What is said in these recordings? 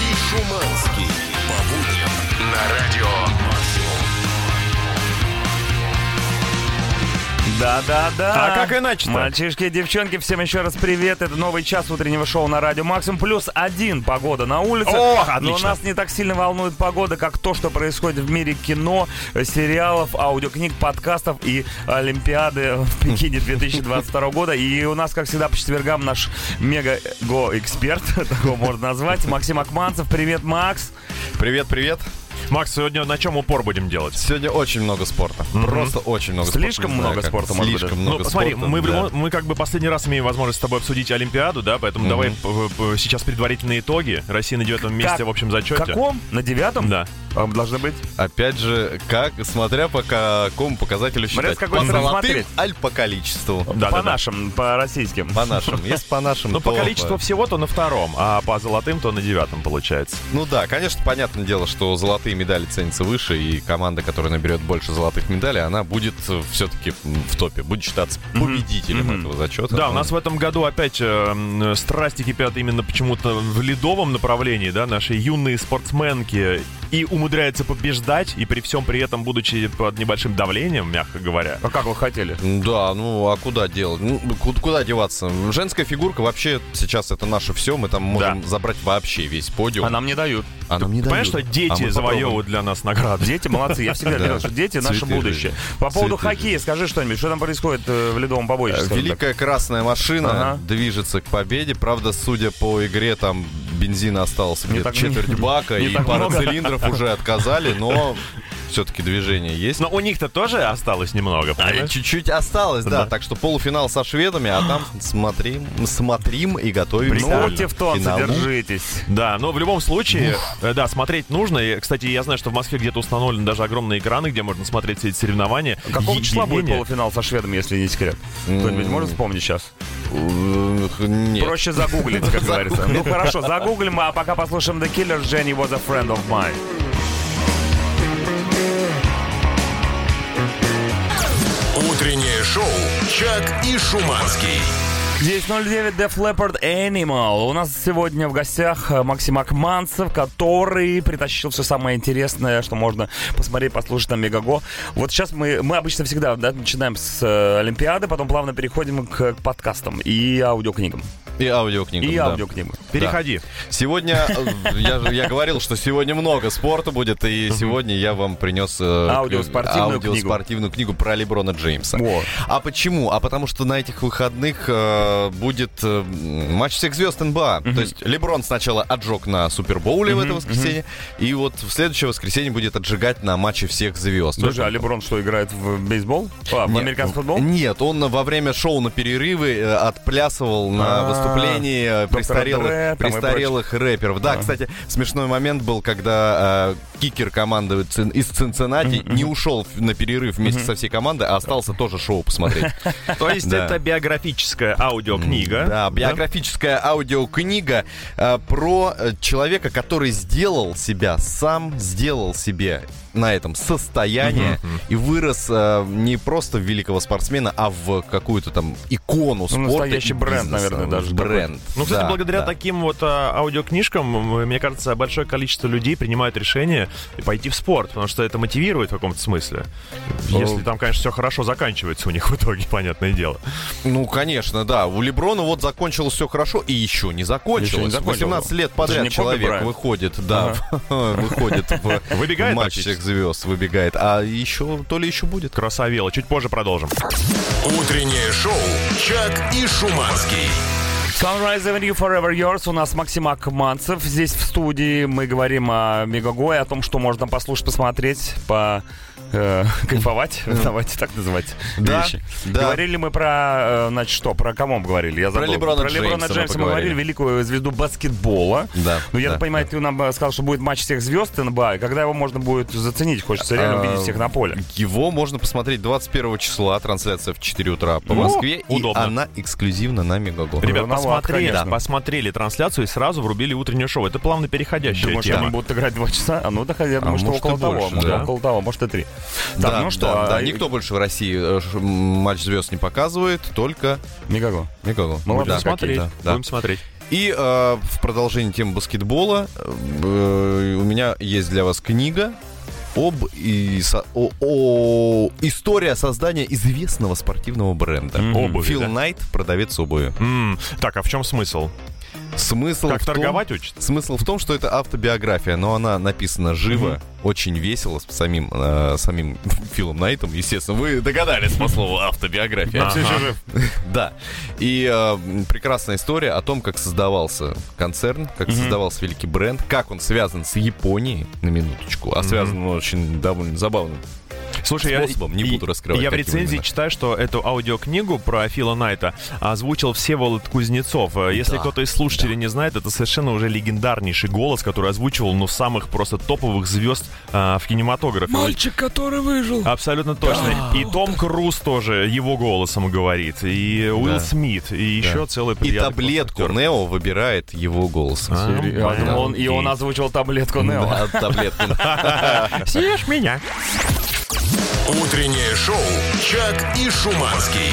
Шуманский. По будням на радио. Да-да-да. А как иначе-то? Мальчишки и девчонки, всем еще раз привет. Это новый час утреннего шоу на радио Максим. Плюс один погода на улице. О, Но отлично. нас не так сильно волнует погода, как то, что происходит в мире кино, э, сериалов, аудиокниг, подкастов и Олимпиады в Пекине 2022 года. И у нас, как всегда, по четвергам наш мега-го-эксперт, так его можно назвать, Максим Акманцев. Привет, Макс. Привет, привет. Макс, сегодня на чем упор будем делать? Сегодня очень много спорта. Просто очень много Слишком спорта. Не знаю, много как. спорта, может быть, Слишком даже. много ну, посмотри, спорта, мы, в да. любом- мы как бы последний раз имеем возможность с тобой обсудить Олимпиаду, да, поэтому давай п- п- сейчас предварительные итоги. Россия на девятом месте в общем зачете. Каком? На девятом? Да. А, Должны быть. Опять же, как, смотря по какому показателю считать. какой по сразу золотым, смотреть. аль по количеству. Да, по да, да. нашим, по российским. По нашим. Если по нашим, Ну, по то, количеству всего, то на втором, а по золотым, то на девятом получается. Ну да, конечно, понятное дело, что золотые медали ценятся выше, и команда, которая наберет больше золотых медалей, она будет все-таки в топе, будет считаться победителем этого зачета. Да, у Ну, нас в этом году опять э, м, страсти кипят именно почему-то в ледовом направлении, да, наши юные спортсменки и умудряются побеждать, и при всем при этом, будучи под небольшим давлением, мягко говоря. А как вы хотели? Да, ну а куда делать? Ну, ку- куда деваться? Женская фигурка вообще сейчас это наше все. Мы там можем забрать вообще весь подиум. А нам не дают. А нам не Понимаешь, что дают. дети А мы завоевывают для нас награды? Дети молодцы, я всегда Да. говорил, что дети наше Цветы будущее. жизни. По поводу Цветы хоккея, скажи что-нибудь, что там происходит э, в ледовом побоище? попробуем. Э, скажем так? Великая красная машина Ага. движется к победе. Правда, судя по игре, там бензина осталось где-то так- четверть бака, не и так пара много. цилиндров уже отказали, но все-таки движение есть. Но у них-то тоже осталось немного, Ну, А, понимаешь? Чуть-чуть осталось, да. Да. Так что полуфинал со шведами, а там смотрим, смотрим и готовимся. Ну, к тевтонцы, финалу. держитесь. Да, но в любом случае, э, да, смотреть нужно. И, кстати, я знаю, что в Москве где-то установлены даже огромные экраны, где можно смотреть все эти соревнования. А Какого числа будет Единение. полуфинал со шведами, если не секрет? Кто-нибудь может вспомнить сейчас? Э, х- Нет. Проще загуглить, как говорится. Ну хорошо, загуглим, а пока послушаем The Killers, Jenny was a friend of mine. Утреннее шоу «Чак и Шуманский». 10.09 Def Leppard Animal. У нас сегодня в гостях э, Максим Акманцев, который притащил все самое интересное, что можно посмотреть, послушать на Мегаго. Вот сейчас мы, мы обычно всегда да, начинаем с э, Олимпиады, потом плавно переходим к, к подкастам и аудиокнигам. И аудиокнига. И да. аудиокнигам. Переходи. Сегодня, э, я, же- я говорил, что сегодня много спорта будет, и сегодня я вам принес э, Аудиоспортивную книгу. аудиоспортивную книгу про Леброна Джеймса. Во. А почему? А потому что на этих выходных э, будет э, матч всех звезд НБА. То есть Леброн сначала отжег на Супербоуле в это воскресенье, и вот в следующее воскресенье будет отжигать на матче всех звезд. Слушай, а Леброн что, играет в бейсбол? А, в Нет, ну, американский футбол? Нет, он во время шоу на перерывы э, отплясывал А, на выступлении э, доктора Дре там и престарелых, престарелых рэперов. Да, кстати, смешной момент был, когда э, кикер команды Цин- из Цинциннати не ушел в- на перерыв вместе со всей командой, а остался тоже шоу посмотреть. То есть Да. это биографическая аудиокнига. Да, биографическая аудиокнига э, про э, человека, который сделал себя сам, сделал себе на этом состояние и вырос э, не просто в великого спортсмена, а в какую-то там икону спорта. и Ну, настоящий бренд, бизнеса. наверное, даже Бренд. Ну, кстати, да, благодаря да. таким вот а, аудиокнижкам, м, мне кажется, большое количество людей принимают решение пойти в спорт, потому что это мотивирует в каком-то смысле. Если там, конечно, все хорошо заканчивается у них в итоге, понятное дело. Ну, конечно, да. У Леброна вот закончилось все хорошо и еще не закончилось. Еще не закончилось. 18 Это лет же подряд не Коби человек Брайант. выходит, да, выходит в Выбегает матч практически. всех звезд, выбегает. А еще, то ли еще будет. Красавело. Чуть позже продолжим. Утреннее шоу «Чак и Шуманский». Sunrise Avenue Forever Yours. У нас Максим Акманцев здесь в студии. Мы говорим о Мегагое, о том, что можно послушать, посмотреть, по э, кайфовать. Давайте так называть Да, вещи. да. Говорили мы про, э, значит, что, про кого мы говорили? Я забыл. Леброна про Леброна Джеймса мы Джеймса мы поговорили. говорили, великую звезду баскетбола. Да, Ну, я да, так понимаю, ты нам э, сказал, что будет матч всех звезд НБА. И когда его можно будет заценить? Хочется реально А, увидеть всех на поле. Его можно посмотреть 21 числа, трансляция в 4 утра по Ну, Москве. И удобно. она эксклюзивно на Мегаго. Ребят, Рановато, посмотрели, конечно. посмотрели трансляцию и сразу врубили утреннее шоу. Это плавно переходящая Думаешь, что тема. они будут играть два часа? А ну, да, я думаю, А что может, и около того. больше, может, да. Около того, может, и три. Так, Да, ну что, да, да. а, никто больше в России э, ш- м, матч звезд не показывает, только Мегаго. Мегаго. Ну, ладно, Да, Будем смотреть. да, да. Будем смотреть. И э, в продолжении темы баскетбола э, у меня есть для вас книга об и со- о, о- история создания известного спортивного бренда. Мгм. Обуви, Фил да? Найт, продавец обуви. М, Так, а в чем смысл? Смысл Как Ну, в том- торговать учат? Смысл в том, что это автобиография, но она написана живо, очень весело с самим, э, самим Филом Найтом, естественно. Вы догадались по слову автобиография. Ага. Да. И э, м, прекрасная история о том, как создавался концерн, как создавался великий бренд, как он связан с Японией, на минуточку. А связан он очень довольно забавным Слушай, я- способом, не и- буду раскрывать. Я в каким рецензии именно. читаю, что эту аудиокнигу про Фила Найта озвучил Всеволод Кузнецов. Э, Если Да. кто-то из слушателей не знает, это совершенно уже легендарнейший голос, который озвучивал, ну, самых просто топовых звезд а, в кинематографе. Мальчик, который выжил. Абсолютно точно. И Том Круз тоже его голосом говорит. И Уилл Да. Смит. И еще целый И плеяда таблетку актеров. Нео выбирает его голосом. А, Поэтому он, и он окей. озвучил таблетку Нео. Да, таблетку. Съешь меня. Утреннее шоу «Чак и Шуманский».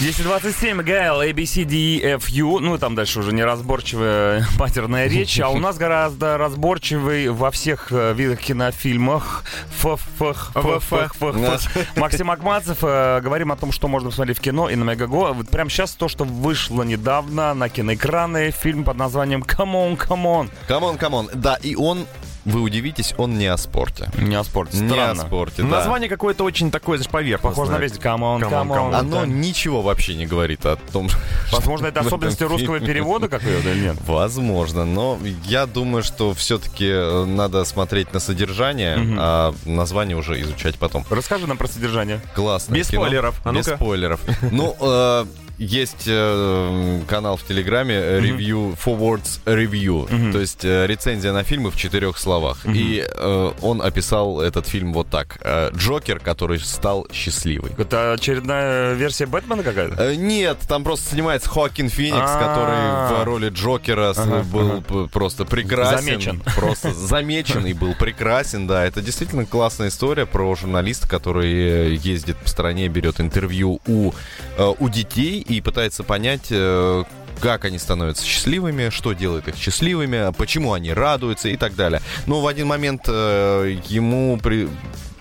10.27, Гайл, ABCDEFU, ну и там дальше уже неразборчивая паттерная речь, а у нас гораздо разборчивый во всех э, видах кинофильмах Ф-ф-ф, ф-ф-ф, ф-ф. Максим Акмацев. э, Говорим о том, что можно посмотреть в кино и на Мегаго. А Вот прямо сейчас то, что вышло недавно на киноэкраны, фильм под названием «Камон, камон». Камон, камон. Да, и он, вы удивитесь, он не о спорте. Не о спорте, Не о странно. спорте, да. Название какое-то очень такое, знаешь, поверхностное. Похоже на весь «Камон, Come on, come камон». on. Оно да. ничего вообще не говорит о том, Возможно, это в этом особенности русского фильме. перевода какой-то или нет? Возможно, но я думаю, что все-таки надо смотреть на содержание, Мгм. а название уже изучать потом. Расскажи нам про содержание. Классно. Без спойлеров. А Без ну-ка. спойлеров. Ну, э, есть э, канал в Телеграме э, Review Forwards Review, то есть э, рецензия на фильмы в четырех словах. И э, он описал этот фильм вот так: Э, Джокер, который стал счастливый. Это очередная версия Бэтмена какая-то? Э, Нет, там просто снимается Хоакин Феникс, А-а-а. который в роли Джокера с- А. Ага, был п- просто прекрасен. Замечен. Просто замечен и был прекрасен, да. Это действительно классная история про журналиста, который э, ездит по стране, берет интервью у, э, у детей и пытается понять, э, как они становятся счастливыми, что делает их счастливыми, почему они радуются и так далее. Но в один момент э, ему при-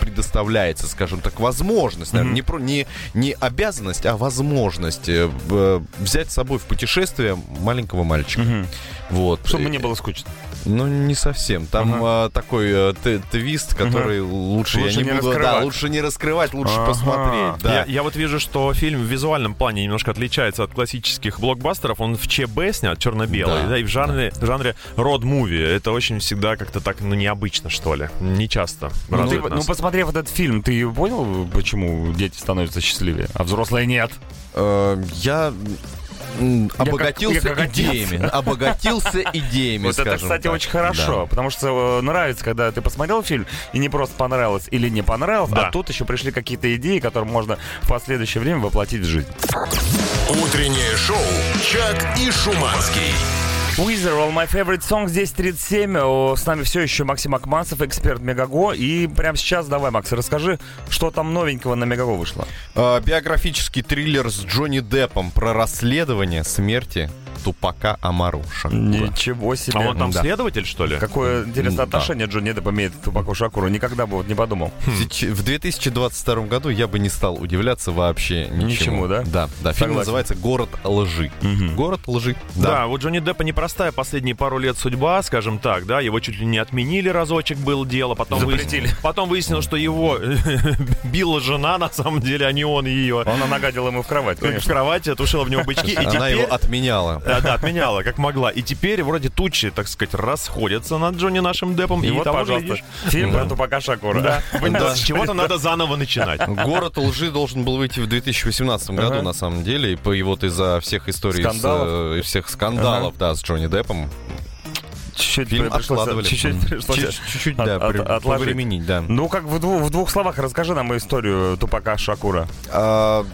предоставляется, скажем так, возможность, наверное, не, про- не, не обязанность, а возможность э, в- взять с собой в путешествие маленького мальчика. Вот. Э, Чтобы не было скучно. Ну, не совсем. Там а, такой э, т- твист, который лучше, Лучше я не, не буду... Да, раскрывать. лучше не раскрывать, лучше Ага. посмотреть. Да. Я, я вот вижу, что фильм в визуальном плане немножко отличается от классических блокбастеров. Он в ЧБ снят, черно-белый, Да, да, и в жанре, в жанре род-муви. Это очень всегда как-то так, ну, необычно, что ли. Не часто. Ну, ты- радует ну, нас. посмотрев этот фильм, ты понял, почему дети становятся счастливее, а взрослые нет? Э, я м, как- обогатился я как отец. идеями. Обогатился идеями, вот это, скажем кстати, так. очень хорошо, потому что э, нравится, когда ты посмотрел фильм, и не просто понравилось или не понравилось, Да. а тут еще пришли какие-то идеи, которые можно в последующее время воплотить в жизнь. Утреннее шоу «Чак и Шуманский». Weezer, All My Favorite Songs, 10.37. О, С нами все еще Максим Акманцев, эксперт Мегаго. И прямо сейчас давай, Макс, расскажи, что там новенького на Мегаго вышло. Э, биографический триллер с Джонни Деппом про расследование смерти тупака Амару Шакура. Ничего себе. а он там да. следователь, что ли? Какое интересное М, да. отношение Джонни Депп имеет к Тупаку Шакуру. Никогда бы вот не подумал. Сеч- В 2022 году я бы не стал удивляться вообще ничему. Ничему, да? Да, да. Фильм Согласен. называется «Город лжи». «Город лжи». Да. у Джонни Деппа непростая последние пару лет судьба, скажем так, да, его чуть ли не отменили разочек, было дело, потом, Запретили. выяснилось, потом выяснилось, что его била жена, на самом деле, а не он ее. Она нагадила ему в кровать, В конечно. кровати тушила в него бычки. и Она теперь- его отменяла. Да, да, отменяла, как могла. И теперь вроде тучи, так сказать, расходятся над Джонни нашим депом. И, И, вот, того, пожалуйста, глядишь, фильм про Да. Тупака Шакура. вы- Да. С чего-то надо заново начинать. Город лжи должен был выйти в 2018 году, Ага. на самом деле. И, по, и вот из-за всех историй, Скандалов. С, э, и всех скандалов, да, с Джонни Деппом. Чуть-чуть Фильм пришлось- откладывали. Чуть-чуть Мгм. пришлось- Чуть- Чуть-чуть, от- да, от- при- отложить. повременить, да. Ну, как в дву- в двух словах расскажи нам историю Тупака Шакура. А,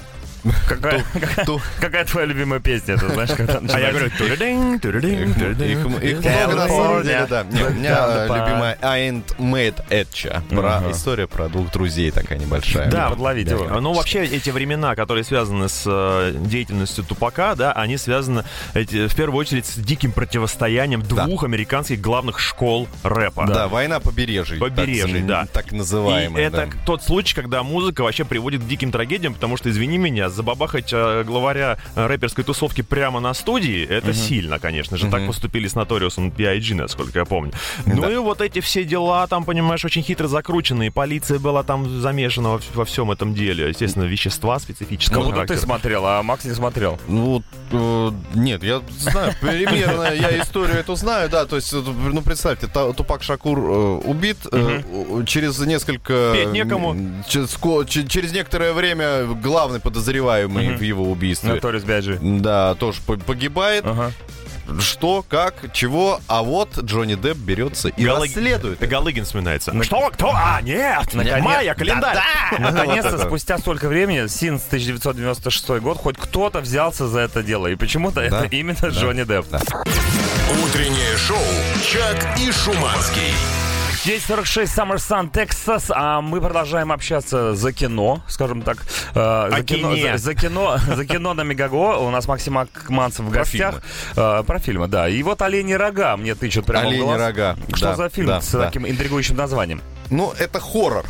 Какая, ту- какая твоя любимая песня? Это, знаешь, когда А я начинается? говорю, «Тюрюдынь, тюрюдынь, Их м- их м- тюрюдынь». их много на самом деле, да. Не, У меня э, Э, Да. любимая I ain't made at ya. Про Ага. история про двух друзей такая небольшая. Да, подловить его. Ну, вообще, эти времена, которые связаны с э, деятельностью Тупака, да, они связаны эти, в первую очередь с диким противостоянием двух американских главных школ рэпа. Да, война побережий. так Побережий, зам- да. Так И называемая. это да. тот случай, когда музыка вообще приводит к диким трагедиям, потому что, извини меня, забабахать э, главаря э, рэперской тусовки прямо на студии, это сильно, конечно же. Так поступили с Наториусом P.I.G., насколько я помню. Ну Да. и вот эти все дела там, понимаешь, очень хитро закрученные. Полиция была там замешана во, во всем этом деле. Естественно, вещества Как специфического будто Ну, ты характера. смотрел, а Макс не смотрел. Ну, э, нет, я знаю, примерно я историю эту знаю, да, то есть, э, ну, представьте, Та- Тупак Шакур э, убит, э, у- через несколько... Петь некому. м, че- ско- че- Через некоторое время главный подозреваемый в его убийстве. Notorious B.I.G. Да, тоже по- погибает. Ага. Что, как, чего, а вот Джонни Депп берется и Галаг- расследует. это. Галыгин вспоминается. Что? Кто? А, нет! Майя, календарь! Наконец-то, Вот это. спустя столько времени, синс 1996 год, хоть кто-то взялся за это дело. И почему-то это именно Джонни Депп. Утреннее шоу «Чак и Шуманский». 10.46, Summer Sun, Texas, а мы продолжаем общаться за кино, скажем так. э, за, кино, кине. за, за кино, за кино на Мегаго. У нас Максим Акманцев в гостях. Э, Про фильмы, да. И вот «Олени рога» мне тычут прямо в Олени глаз. рога. Что да, за фильм да, с да. таким интригующим названием? Ну, это хоррор.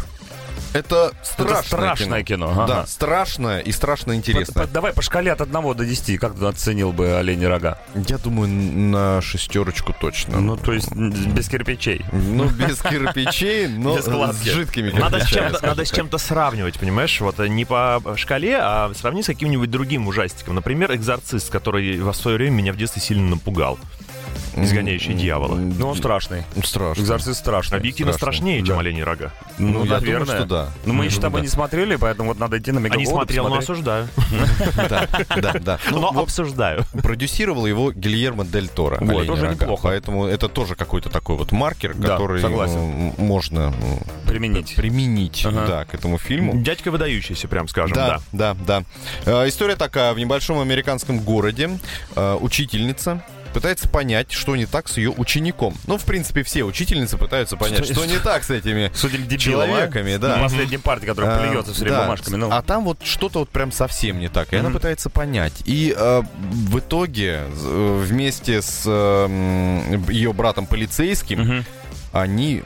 Это страшное, страшное кино, ага. Да, страшное и страшно интересное. Под- под- давай по шкале от 1 до 10, как ты оценил бы «Олени рога»? Я думаю, на шестерочку точно. Ну, то есть м, без кирпичей. Ну, без кирпичей, но Без с кладки. жидкими Надо с, кирпичами. чем-то, надо с чем-то сравнивать, понимаешь? Вот э, не по шкале, а сравни с каким-нибудь другим ужастиком. Например, «Экзорцист», который во свое время меня в детстве сильно напугал. «Изгоняющий дьявола». Ну, он страшный. Страшно. Экзорцист страшный. Объективно страшно. страшнее, чем «Олени и рога». Ну, я думаю, что да. Но Ну, мы Я еще с тобой думаю, не смотрели, поэтому вот надо идти на А Мегаго. не ну, смотрел, но осуждаю. Да, да, да. Ну, Но вот обсуждаю. Продюсировал его Гильермо Дель Торо. Вот, «Оленя тоже рога». неплохо. Поэтому это тоже какой-то такой вот маркер, Да, который согласен. м, можно м, Применить. применить Ага. да, к этому фильму. Дядька выдающийся, прям скажем, Да, да. да, да. Э, История такая. В небольшом американском городе э, учительница пытается понять, что не так с ее учеником. Ну, в принципе, все учительницы пытаются понять, Что- что не так с этими Судим дебилом, человеками, а? да. На Последней партии, которая А, плюется все время да. бумажками. Ну, А там вот что-то вот прям совсем не так. И она Мгм. пытается понять. И э, в итоге э, вместе с ее братом полицейским Мгм. они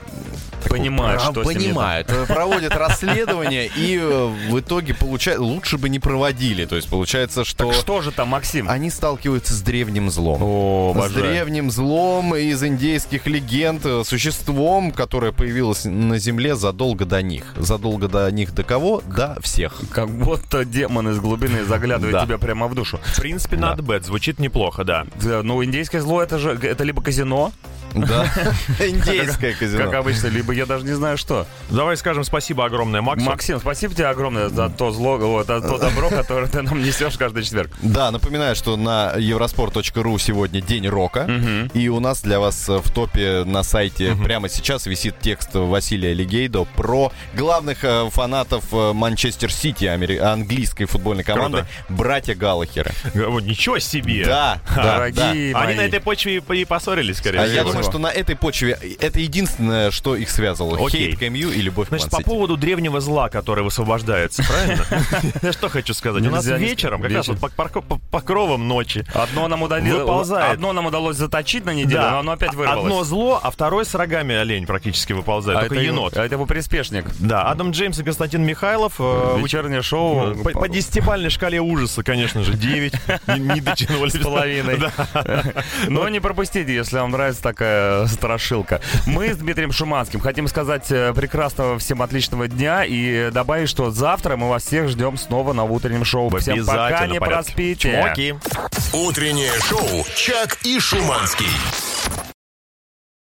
такой Понимают, прав- что с ним не понимают, э, проводят расследование и э, в итоге получают лучше бы не проводили. То А есть получается, что Так что же там, Максим? они сталкиваются с древним злом. О, С обожаю. древним злом из индейских легенд, э, существом, которое появилось на Земле задолго до них. Задолго до них до кого? До всех. Как будто демон из глубины заглядывает Да. тебе прямо в душу. В принципе, надо бэт. Звучит неплохо, да. Да, Ну, индейское зло это же это либо казино, Да. Индейское как казино. обычно, либо я даже не знаю что. Давай скажем спасибо огромное Максу. Максим, спасибо тебе огромное за то зло, о, за то добро, которое ты нам несешь каждый четверг. Да, напоминаю, что на eurosport.ru сегодня день рока. И у нас для вас э, в топе на сайте прямо сейчас висит текст Василия Легейдо про главных э, фанатов э, Манчестер Сити, амери- английской футбольной команды, братья Галлахеры. О, Ничего себе! Да, да, да. Дорогие мои. Они на этой почве и поссорились, скорее А всего. я думаю, что на этой почве э, это единственное, что их связывало. Окей. Хейт к МЮ и любовь Значит, к Ман по поводу древнего зла, которое высвобождается, правильно? Я что хочу сказать. У нас Нельзя не вечером, как раз вечер. вот по- парко- по покровам ночи, Одно нам удалось, Выползает. одно нам удалось заточить на неделю, но оно опять вырвалось. Одно зло, а второй с рогами олень практически выползает. а Только это его- енот. а это его приспешник. Да, Адам Джеймс и Константин Михайлов. э, Ну, Вечернее шоу. по, по десятибальной шкале ужаса, конечно же, 9. Не, не дотянули. с половиной. Но не пропустите, если вам нравится такая страшилка. Мы с Дмитрием Шуманским хотим сказать э, прекрасного всем отличного дня и добавить, что завтра мы вас всех ждем снова на утреннем шоу. Всем пока, Обязательно не порядке. проспите. Чмоки. Утреннее шоу «Чак и Шуманский».